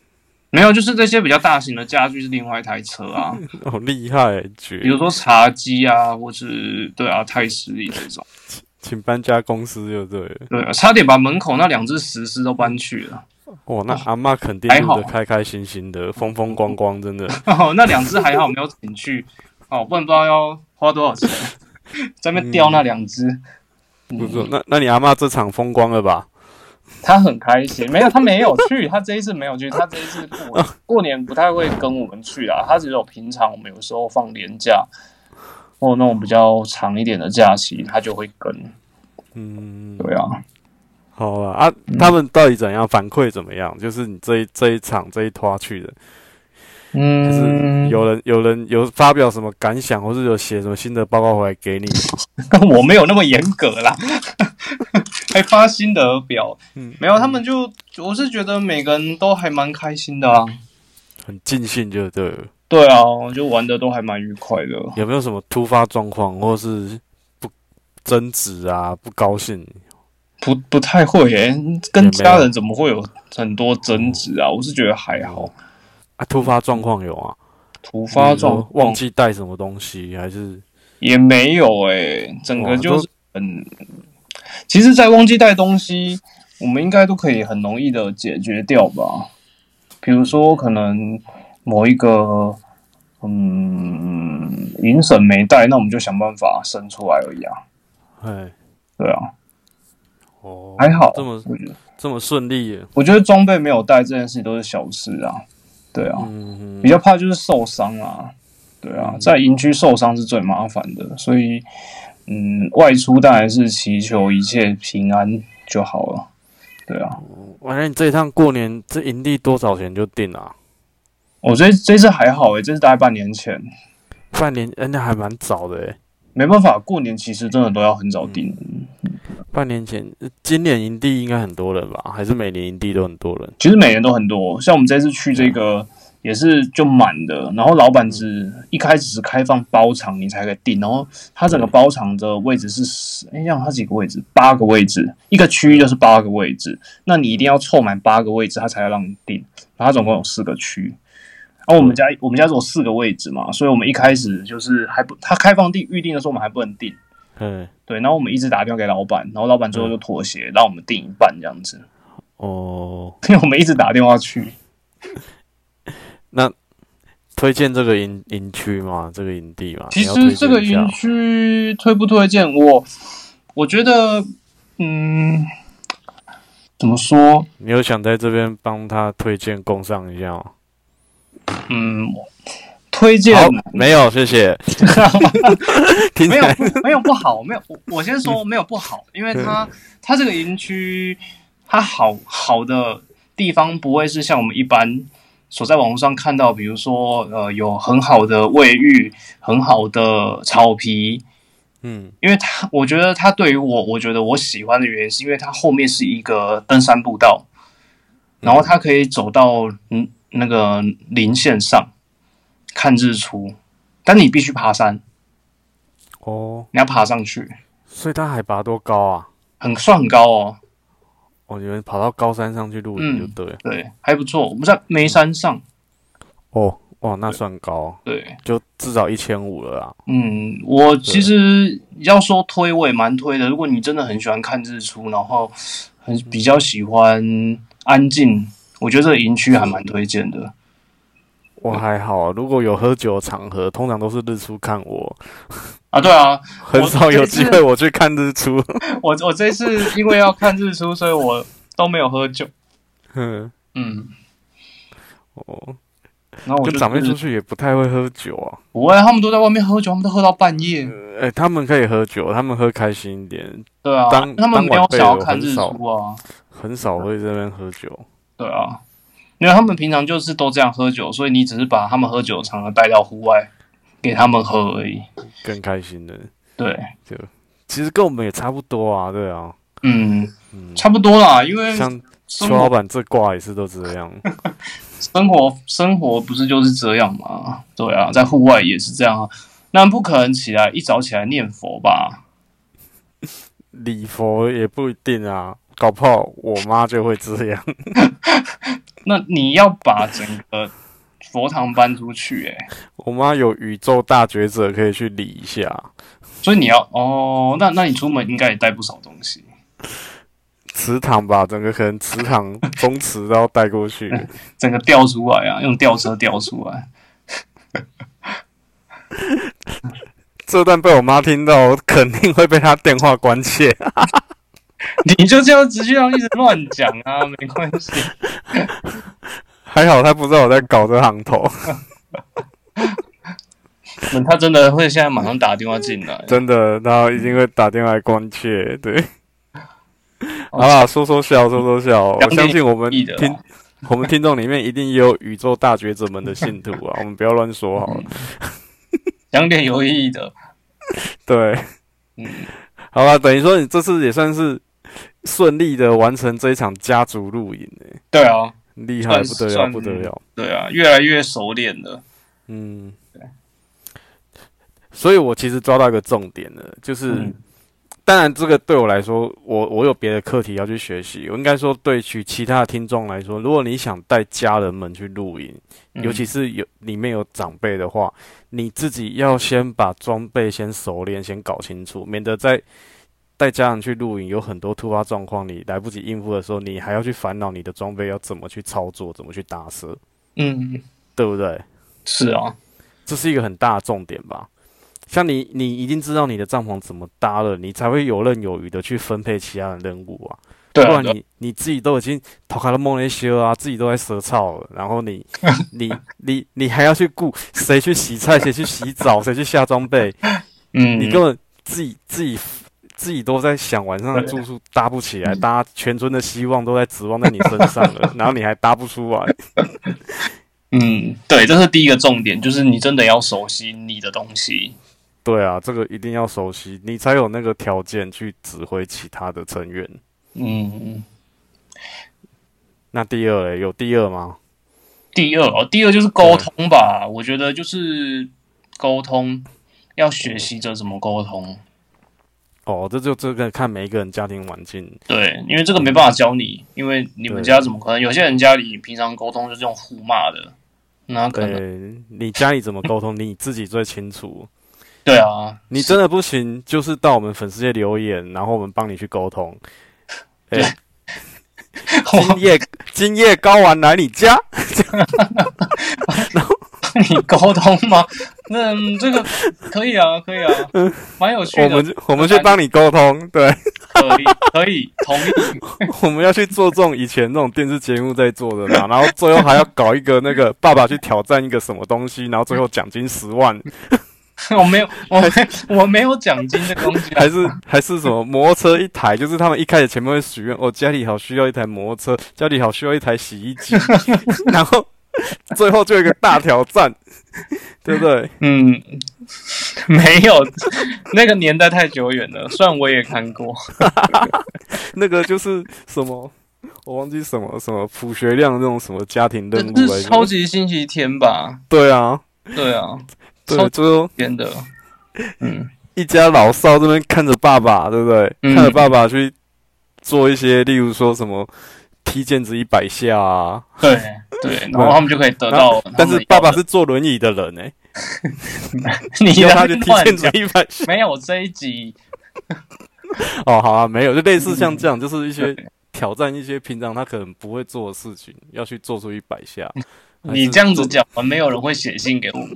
S2: 没有，就是这些比较大型的家具是另外一台车啊，
S1: 好、哦厉害，
S2: 比如
S1: 绝！
S2: 说茶几啊，或是对啊太师椅这种，
S1: 请搬家公司就对了。
S2: 对啊，差点把门口那两只石狮都搬去了，
S1: 哇，哦那阿妈肯定
S2: 啊还
S1: 录
S2: 好
S1: 的开开心心的，风风光光，真的。
S2: 哦，那两只还好没有请去，哦，不然不知道要花多少钱，在那边雕那两只，嗯
S1: 不错，那那你阿妈这场风光了吧？
S2: 他很开心，没有他没有去，他这一次没有 去，他这一次过过年不太会跟我们去啦，他只有平常我们有时候放年假或那种比较长一点的假期，他就会跟，
S1: 嗯，
S2: 对啊。
S1: 好啊啊！
S2: 嗯
S1: 他们到底怎样反馈怎么样？就是你这一这一场这一拖去的，就是
S2: 嗯，
S1: 有人有人有发表什么感想，或是有写什么新的报告回来给你吗？
S2: 我没有那么严格啦， 还发心得表，
S1: 嗯
S2: 没有，他们就我是觉得每个人都还蛮开心的啊，
S1: 很尽兴就对了。
S2: 对啊，就玩的都还蛮愉快的，
S1: 有没有什么突发状况，或是不争执啊，不高兴，
S2: 不不太会耶、跟
S1: 也
S2: 家
S1: 没有
S2: 人怎么会有很多争执啊？我是觉得还好，
S1: 啊，突发状况有啊，
S2: 突发状
S1: 比如说忘
S2: 况
S1: 记带什么东西，还是
S2: 也没有哎、整
S1: 哇
S2: 个就是很。其实，在忘记带东西，我们应该都可以很容易的解决掉吧。比如说，可能某一个嗯银绳没带，那我们就想办法伸出来而已啊。
S1: 哎，
S2: 对啊，
S1: 哦，
S2: 还好，
S1: 这么
S2: 我觉得，
S1: 这么顺利耶，
S2: 我觉得装备没有带这件事都是小事啊。对啊，
S1: 嗯，
S2: 比较怕就是受伤啊，对啊，在营区受伤是最麻烦的，所以嗯，外出当然是祈求一切平安就好了，对啊，
S1: 完嗯了，你这一趟过年这营地多少钱就定啊？
S2: 我、这这次还好欸诶、这是大概半年前，
S1: 半年，哎、那还蛮早的哎，
S2: 没办法，过年其实真的都要很早订，
S1: 半年前，呃今年营地应该很多人吧？还是每年营地都很多人？
S2: 其实每年都很多，像我们这次去这个。也是就满的，然后老板只一开始是开放包场，你才可以订。然后他整个包场的位置是十，哎，让他几个位置？八个位置，一个区域就是八个位置。那你一定要凑满八个位置，他才要让你订。然后他总共有四个区。然、后我们家我们家只有四个位置嘛，所以我们一开始就是还不，他开放订预定的时候我们还不能订。
S1: 嗯，
S2: 对，然后我们一直打电话给老板，然后老板最后就妥协，让我们订一半这样子，
S1: 哦，
S2: 因为我们一直打电话去。
S1: 推荐这个营营区嘛，这个营地嘛，
S2: 其
S1: 你要推
S2: 实
S1: 荐
S2: 这个
S1: 一下
S2: 营区推不推荐我，我觉得，嗯，怎么说？
S1: 你有想在这边帮他推荐供上一下吗？
S2: 嗯，推荐
S1: 好，没有，谢谢。听
S2: 没
S1: 起
S2: 有
S1: 来
S2: 不没有不好，没有我我先说没有不好，因为
S1: 嗯
S2: 它它这个营区它好好的地方不会是像我们一般所在网络上看到，比如说呃有很好的卫浴、很好的草皮，
S1: 嗯，
S2: 因为它，我觉得它对于我，我觉得我喜欢的原因是因为它后面是一个登山步道，然后它可以走到嗯那个林线上看日出，但你必须爬山，
S1: 哦，
S2: 你要爬上去，
S1: 所以它海拔多高啊？
S2: 很算很高哦，
S1: 哦，你们跑到高山上去露营就
S2: 嗯
S1: 对了。
S2: 对，还不错。我们在眉山上，
S1: 哦，哇，那算高，
S2: 对，
S1: 就至少一千五了啊。
S2: 嗯，我其实要说推，我也蛮推的。如果你真的很喜欢看日出，然后很比较喜欢安静，我觉得这个营区还蛮推荐的。
S1: 我还好啊，如果有喝酒的场合，通常都是日出看我，
S2: 啊，对啊，
S1: 很少有机会我去看日出。
S2: 我我这次因为要看日出，所以我都没有喝酒。
S1: 嗯，
S2: 嗯，
S1: 哦，
S2: 然后我
S1: 跟
S2: 就
S1: 长辈
S2: 是
S1: 出去也不太会喝酒啊。
S2: 不会，他们都在外面喝酒，他们都喝到半夜。
S1: 呃，哎他们可以喝酒，他们喝开心一点，
S2: 对啊，
S1: 当
S2: 他们没有想要看日
S1: 当晚
S2: 出啊。
S1: 很少会在那边喝酒。
S2: 对啊，因为他们平常就是都这样喝酒，所以你只是把他们喝酒的场合带到户外给他们喝而已。
S1: 更开心的，
S2: 对，
S1: 其实跟我们也差不多啊，对啊，
S2: 嗯，
S1: 嗯，
S2: 差不多啦，因为
S1: 像
S2: 生
S1: 邱老
S2: 活
S1: 板这卦也是都这样，
S2: 生活生活不是就是这样嘛？对啊，在户外也是这样啊。那不可能起来一早起来念佛吧？
S1: 礼佛也不一定啊，搞不好我妈就会这样，
S2: 那你要把整个佛堂搬出去、欸，
S1: 我妈有宇宙大觉者可以去理一下，
S2: 所以你要哦，那那你出门应该也带不少东西。
S1: 祠堂吧，整个可能祠堂宗祠都要带过去，
S2: 整个吊出来啊，用吊车吊出来，
S1: 这段被我妈听到，我肯定会被她电话关切，
S2: 你就这样直接让一直乱讲啊，没关系。
S1: 还好她不知道我在搞这行头，
S2: 那他真的会现在马上打电话进来。
S1: 真的，她一定会打电话来关切，对。
S2: 哦
S1: 好啦，说说笑，说说 笑，我
S2: 讲给
S1: 相信我们
S2: 你的啦
S1: 听 我们听众里面一定也有宇宙大觉者们的信徒 啊，我们不要乱说好了。
S2: 讲点有意义的，
S1: 对，
S2: 嗯，
S1: 好吧，等于说你这次也算是顺利的完成这一场家族露营、欸，
S2: 对啊，
S1: 厉害
S2: 算是
S1: 不得了，
S2: 算
S1: 不得了。
S2: 对啊，越来越熟练了。
S1: 嗯，所以我其实抓到一个重点了，就是
S2: 嗯
S1: 当然，这个对我来说，我我有别的课题要去学习。我应该说，对于其他的听众来说，如果你想带家人们去露营，
S2: 嗯
S1: 尤其是有里面有长辈的话，你自己要先把装备先熟练，先搞清楚，免得在带家人去露营有很多突发状况，你来不及应付的时候，你还要去烦恼你的装备要怎么去操作，怎么去搭设，
S2: 嗯，
S1: 对不对？
S2: 是啊，
S1: 这是一个很大的重点吧。像你，你一定知道你的帐篷怎么搭了，你才会游刃有余的去分配其他的任务啊。
S2: 对
S1: 不
S2: 啊，
S1: 然
S2: 对啊
S1: 你你自己都已经头卡了梦那些啊，自己都在舌操了，然后 你你你你还要去顾谁去洗 菜，谁去洗澡，谁去下装备，
S2: 嗯，
S1: 你根本自己自己自己都在想晚上的住宿搭不起来，
S2: 嗯
S1: 大家全村的希望都在指望在你身上 了，然后你还搭不出来，
S2: 嗯，对，这是第一个重点，就是你真的要熟悉你的东西。
S1: 对啊，这个一定要熟悉，你才有那个条件去指挥其他的成员。
S2: 嗯，
S1: 那第二嘞，有第二吗？
S2: 第二哦，第二就是沟通吧，我觉得就是沟通，要学习着怎么沟通。
S1: 哦，这就这个看每一个人家庭环境，
S2: 对，因为这个没办法教你，因为你们
S1: 对
S2: 家怎么可能？有些人家里平常沟通就是用互骂的，那可能
S1: 对你家里怎么 沟通，你自己最清楚。
S2: 对啊，
S1: 你 真的不行，就是到我们粉丝界留言，然后我们帮你去沟 通。哎、
S2: 对
S1: 今夜今夜高玩来你家，
S2: 你沟通吗？ 那、嗯这个可以啊，可以啊，蛮有趣
S1: 我
S2: 的
S1: 们，就我们去帮你沟通。 对，
S2: 可以可以同意。
S1: 我们要去做这种以前那种电视节目在做的嘛，然后最后还要搞一个那个爸爸去挑战一个什么东西，然后最后奖金十万，
S2: 我没有，我没我没有奖金这个东西、啊，
S1: 还是还是什么摩托车一台，就是他们一开始前面会许愿，哦，家里好需要一台摩托车，家里好需要一台洗衣机， 然后最后就有一个大挑 战，对不对？
S2: 嗯，没有，那个年代太久远了。虽然我也看 过，
S1: 那个就是什么，我忘记什么什么朴学亮的那种什么家庭任务
S2: 这
S1: 来
S2: 是
S1: 着
S2: 超级星期天吧？
S1: 对啊，
S2: 对啊，超
S1: 对，最后
S2: 编的，嗯，
S1: 一家老少这边看着爸爸，对不对？
S2: 嗯
S1: 看着爸爸去做一些，例如说什么踢毽子一百下啊，
S2: 对对，然后他们就可以得
S1: 然后
S2: 到他们的。
S1: 但是爸爸是坐轮椅的人哎、
S2: 你
S1: 你要他
S2: 在
S1: 去踢
S2: 乱
S1: 毽子
S2: 讲，
S1: 一百下。
S2: 没有这一集，
S1: 哦，好啊，没有，就类似像这样，就是一 些
S2: 对
S1: 挑战一些平常他可能不会做的事情，要去做出一百下。还
S2: 你
S1: 是
S2: 这样子
S1: 做
S2: 讲完，没有人会写信给我们。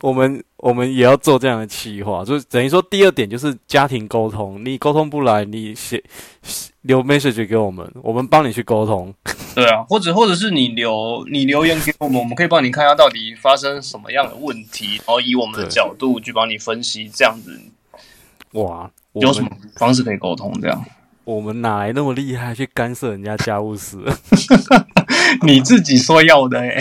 S1: 我们我们也要做这样的企划，就是等于说第二点就是家庭沟通，你沟通不来，你写留 message 给我们，我们帮你去沟通。
S2: 对啊，或者或者是你留你留言给我们，我们可以帮你看一下到底发生什么样的问题，然后以我们的
S1: 对
S2: 角度去帮你分析，这样子
S1: 哇，我
S2: 有什么
S1: 们
S2: 方式可以沟通？这样
S1: 我们哪来那么厉害去干涉人家家务事？
S2: 你自己说要的哎、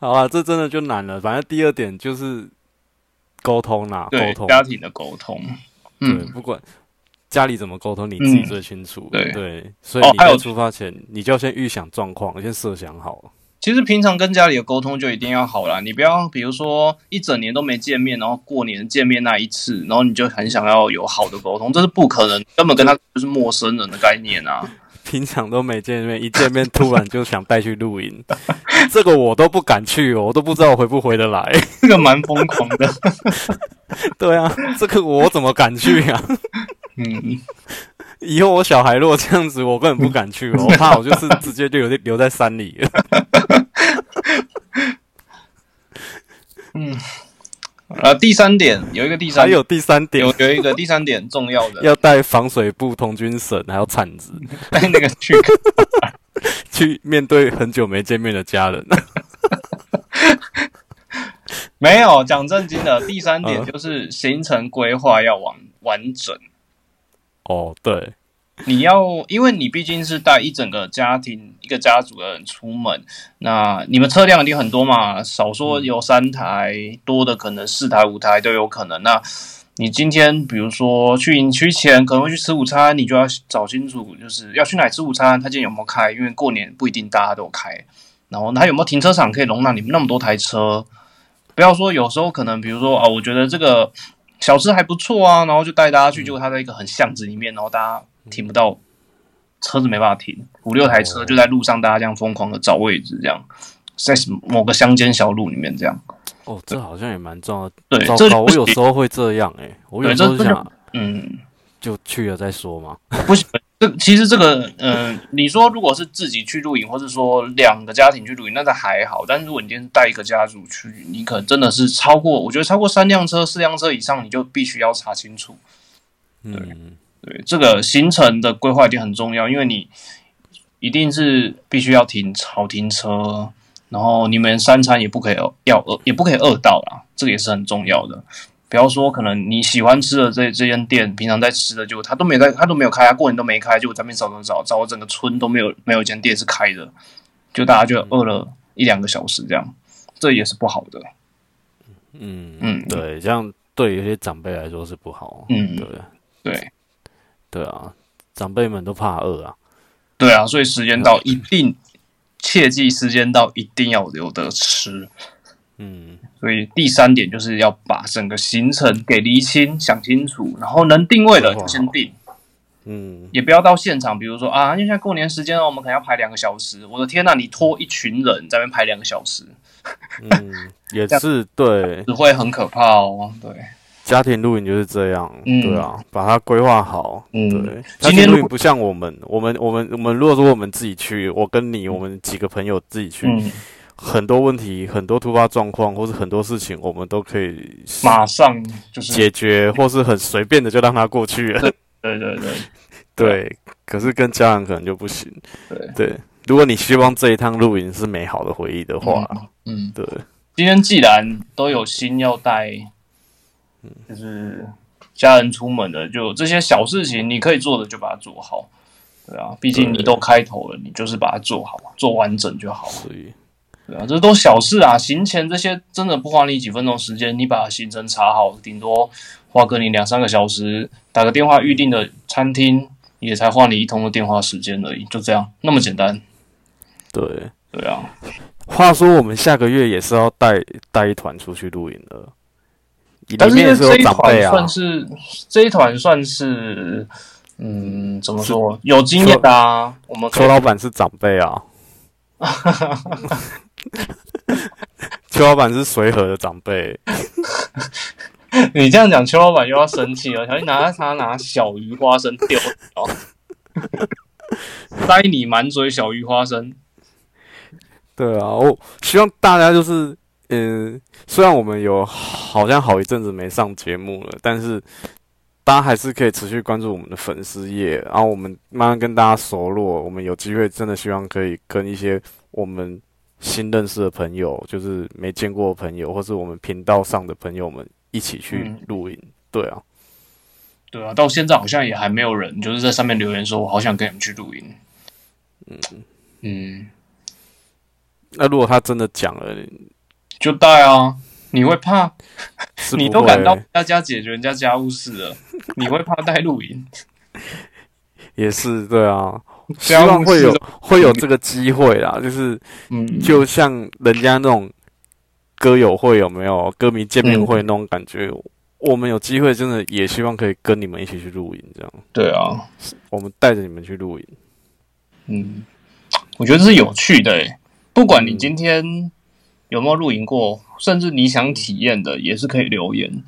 S1: 好啊，这真的就难了。反正第二点就是沟通啦，沟
S2: 对
S1: 通，
S2: 家庭的沟通，
S1: 对，
S2: 嗯，
S1: 不管。家里怎么沟通，你自己
S2: 嗯
S1: 最清楚。
S2: 对
S1: 所以
S2: 哦
S1: 你
S2: 还有
S1: 在出发前，你就要先预想状况，先设想好。
S2: 其实平常跟家里的沟通就一定要好啦，你不要比如说一整年都没见面，然后过年见面那一次，然后你就很想要有好的沟通，这是不可能，根本跟他就是陌生人的概 念啊。
S1: 平常都没见面，一见面突然就想带去露营， 这个我都不敢去哦，我都不知道我回不回得来。
S2: 这个蛮疯狂的，
S1: 对啊，这个我怎么敢去啊？
S2: 嗯，
S1: 以后我小孩如果这样子，我根本不敢 去哦，我怕我就是直接就留在留在山里了。
S2: 呃，第三点有一个第
S1: 还
S2: 三
S1: 有第三点
S2: 有，有一个第三点重要 的，
S1: 要带防水布、童军绳还有铲子
S2: 带哎那个去
S1: 去面对很久没见面的家人。
S2: 没有讲正经的。第三
S1: 啊
S2: 点就是行程规划要完完整，
S1: 哦，对，
S2: 你要因为你毕竟是带一整个家庭、一个家族的人出门，那你们车辆一定很多嘛，少说有三台，多的可能四台、五台都有可能。那你今天比如说去营区前可能会去吃午餐，你就要找清楚，就是要去哪里吃午餐，他今天有没有开，因为过年不一定大家都有开。然后他有没有停车场可以容纳你们那么多台车？不要说有时候可能，比如说啊，我觉得这个小吃还不错啊，然后就带大家去，结果他在一个很巷子里面，然后大家停不到，车子没办法停，五六台
S1: 嗯
S2: 车就在路上，大家这样疯狂的找位置，这样在某个乡间小路里面这样。
S1: 哦，这好像也蛮重要的。
S2: 对，
S1: 糟
S2: 这
S1: 糕，我有时候会这样哎、我有
S2: 对
S1: 时候
S2: 这
S1: 想
S2: 嗯，
S1: 就去了再说嘛。
S2: 不行。这其实这个，嗯、你说如果是自己去露营，或是说两个家庭去露营，那倒还好。但是如果你今天带一个家族去，你可能真的是超过，我觉得超过三辆车、四辆车以上，你就必须要查清楚。
S1: 嗯，
S2: 对，这个行程的规划一定很重要，因为你一定是必须要停好停车，然后你们三餐也不可以饿要饿，也不可以饿到啦，这个也是很重要的。不要说可能你喜欢吃的这这间店，平常在吃的就他都没在，他都没有开啊，过年都没开，就我在那边找找找，找我整个村都没有没有一间店是开的，就大家就饿了一两个小时这样，这也是不好的。
S1: 嗯
S2: 嗯
S1: 对，这样对有些长辈来说是不好。哦
S2: 嗯
S1: 对
S2: 对，
S1: 对啊，长辈们都怕饿啊。
S2: 对啊，所以时间到一定切记，时间到一定要有得吃。
S1: 嗯，
S2: 所以第三点就是要把整个行程给厘清、想清楚，然后能定位的就先定，
S1: 嗯，
S2: 也不要到现场，比如说啊，因为现在过年时间哦，我们可能要排两个小时。我的天呐、你拖一群人在那边排两个小时，
S1: 嗯，也是对，
S2: 只会很可怕哦。对，
S1: 家庭露营就是这样，
S2: 嗯
S1: 对啊，把它规划好。
S2: 嗯
S1: 对，家
S2: 今
S1: 庭
S2: 天
S1: 露
S2: 如
S1: 营不像我们，我们我们我们如果说我们自己去，我跟你，我们几个朋友自己去，
S2: 嗯，
S1: 很多问题、很多突发状况或是很多事情，我们都可以
S2: 马上就是，
S1: 解决，或是很随便的就让它过去 了。
S2: 对对对
S1: 对，可是跟家人可能就不行。
S2: 对，
S1: 对，如果你希望这一趟露营是美好的回忆的话，
S2: 嗯，
S1: 对，
S2: 今天既然都有心要带，就是家人出门的，就这些小事情，你可以做的就把它做好。对啊，毕竟你
S1: 对
S2: 都开头了，你就是把它做好，做完整就好。
S1: 所以
S2: 对啊，这都小事啊，行前这些真的不花你几分钟时间，你把行程查好，顶多花个你两三个小时，打个电话预定的餐厅，也才花你一通的电话时间而已，就这样，那么简单。
S1: 对。
S2: 对啊，
S1: 话说，我们下个月也是要带带一团出去露营的，
S2: 但
S1: 里
S2: 是因
S1: 面
S2: 为
S1: 也是有
S2: 这一
S1: 长辈
S2: 团
S1: 啊
S2: 算，是、这一团算是，嗯，怎么说有经验的啊，我们可
S1: 邱
S2: 以
S1: 老板是长辈啊，邱老板是随和的长辈，
S2: 你这样讲，邱老板又要生气了，小心拿他拿小鱼花生丢掉， 塞你满嘴小鱼花生。
S1: 对啊，我希望大家就是，嗯，虽然我们有好像好一阵子没上节目了，但是大家还是可以持续关注我们的粉丝页，然后我们慢慢跟大家熟络。我们有机会真的希望可以跟一些我们新认识的朋友，就是没见过的朋友，或是我们频道上的朋友们一起去
S2: 嗯
S1: 露营。对啊，
S2: 对啊，到现在好像也还没有人就是在上面留言说，我好想跟你们去露营。嗯
S1: 那如果他真的讲了，
S2: 就带啊，你会怕？
S1: 是
S2: 你
S1: 不
S2: 都敢到
S1: 会
S2: 人家家解决人家家务事了，你会怕带露营？
S1: 也是对啊， 希
S2: 家务
S1: 望会有
S2: 事
S1: 会有这个机会啦，就是。
S2: 嗯，
S1: 就像人家那种歌友会有没有歌迷见面会那种感觉，我们有机会真的也希望可以跟你们一起去露营，这样
S2: 对啊，
S1: 我们带着你们去露营。
S2: 嗯，我觉得这是有趣的、欸，不管
S1: 嗯
S2: 你今天有没有露营过，甚至你想体验的，也是可以留言。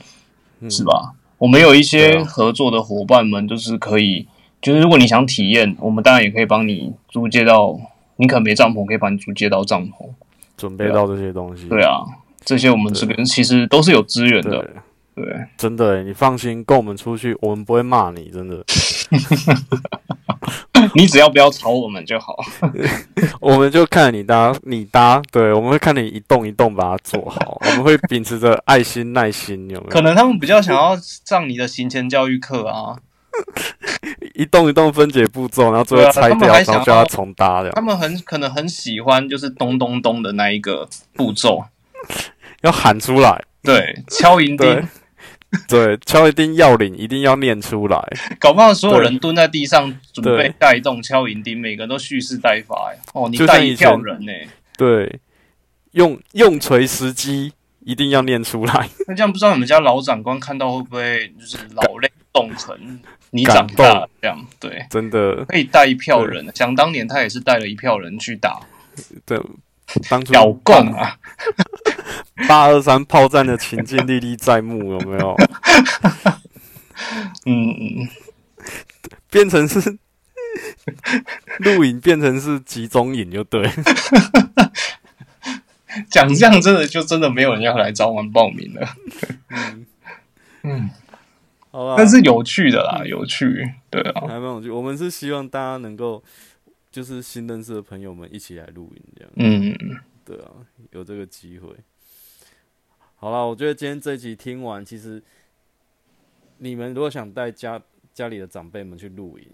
S1: 嗯、
S2: 是？吧？我们有一
S1: 对
S2: 些
S1: 啊
S2: 合作的伙伴们，就是可以，就是如果你想体验，我们当然也可以帮你租借到，你可能没帐篷，可以帮你租借到帐篷。
S1: 准备到这些东西。
S2: 对啊，这些我们这边其实都是有资源
S1: 对，
S2: 的。对，
S1: 真的欸，你放心，跟我们出去，我们不会骂你，真的。
S2: 你只要不要吵我们就好。
S1: 我们就看你搭，你搭，对，我们会看你一动一动把它做好，我们会秉持着爱心、耐心，有没
S2: 可
S1: 有？
S2: 能他们比较想要上你的行前教育课啊，
S1: 一动一动分解步骤，然后最
S2: 对
S1: 后
S2: 啊
S1: 拆
S2: 他们
S1: 掉，
S2: 还
S1: 然
S2: 想
S1: 后叫
S2: 要
S1: 他重搭，这
S2: 他
S1: 样
S2: 们很可能很喜欢就是咚咚咚的那一个步骤，
S1: 要喊出来。
S2: 对，敲银
S1: 对
S2: 钉，
S1: 对，敲一定要领，一定要念出来。
S2: 搞不好所有
S1: 对
S2: 人蹲在地上准
S1: 对
S2: 备带动敲银钉，每个人都蓄势待发呀。哦，你
S1: 就
S2: 带
S1: 像
S2: 一
S1: 以前
S2: 票人呢、
S1: 对，用用锤时机，一定要念出来，
S2: 那这样不知道你们家老长官看到会不会就是老泪纵横？你
S1: 感
S2: 长大
S1: 动
S2: 了这样对，
S1: 真的，
S2: 可以带一票人。想当年他也是带了一票人去打
S1: 对，当初
S2: 剿共啊，
S1: 八二三炮战的情境历历在目，有没有？
S2: 嗯嗯，嗯
S1: 变成 是露营，变成是集中营就对，
S2: 讲这样真的就真的没有人要来找我们报名了。嗯，
S1: 好吧？
S2: 但是有趣的啦，有趣，对啊，
S1: 还蛮有趣。我们是希望大家能够，就是新认识的朋友们一起来露营，这样
S2: 嗯，
S1: 对啊，有这个机会。好了，我觉得今天这集听完，其实你们如果想带家家里的长辈们去露营，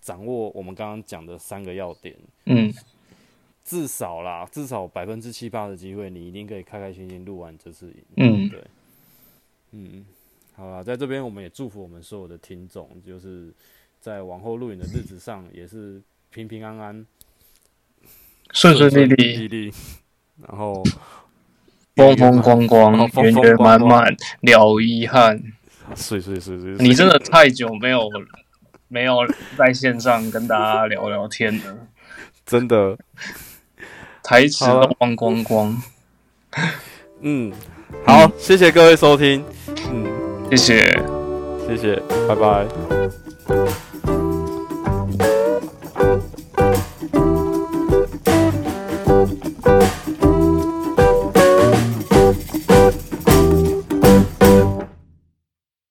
S1: 掌握我们刚刚讲的三个要点，
S2: 嗯，
S1: 至少啦，至少百分之七八的机会，你一定可以开开心心录完这次影。
S2: 嗯
S1: 对，嗯，好啦，在这边我们也祝福我们所有的听众，就是在往后录影的日子上，也是平平安安、
S2: 顺顺利利，
S1: 利利，然后
S2: 风风光
S1: 然后
S2: 哦光，
S1: 风
S2: 圆
S1: 风
S2: 圆
S1: 光
S2: 满
S1: 光
S2: 满，了遗憾。
S1: 碎碎碎碎，
S2: 你真的太久没有没有在线上跟大家聊聊天了，
S1: 真的，
S2: 台词
S1: 好
S2: 都
S1: 了
S2: 忘光光。
S1: 嗯，好，谢谢各位收听，嗯，
S2: 谢谢。
S1: 谢谢，拜拜。
S3: Thank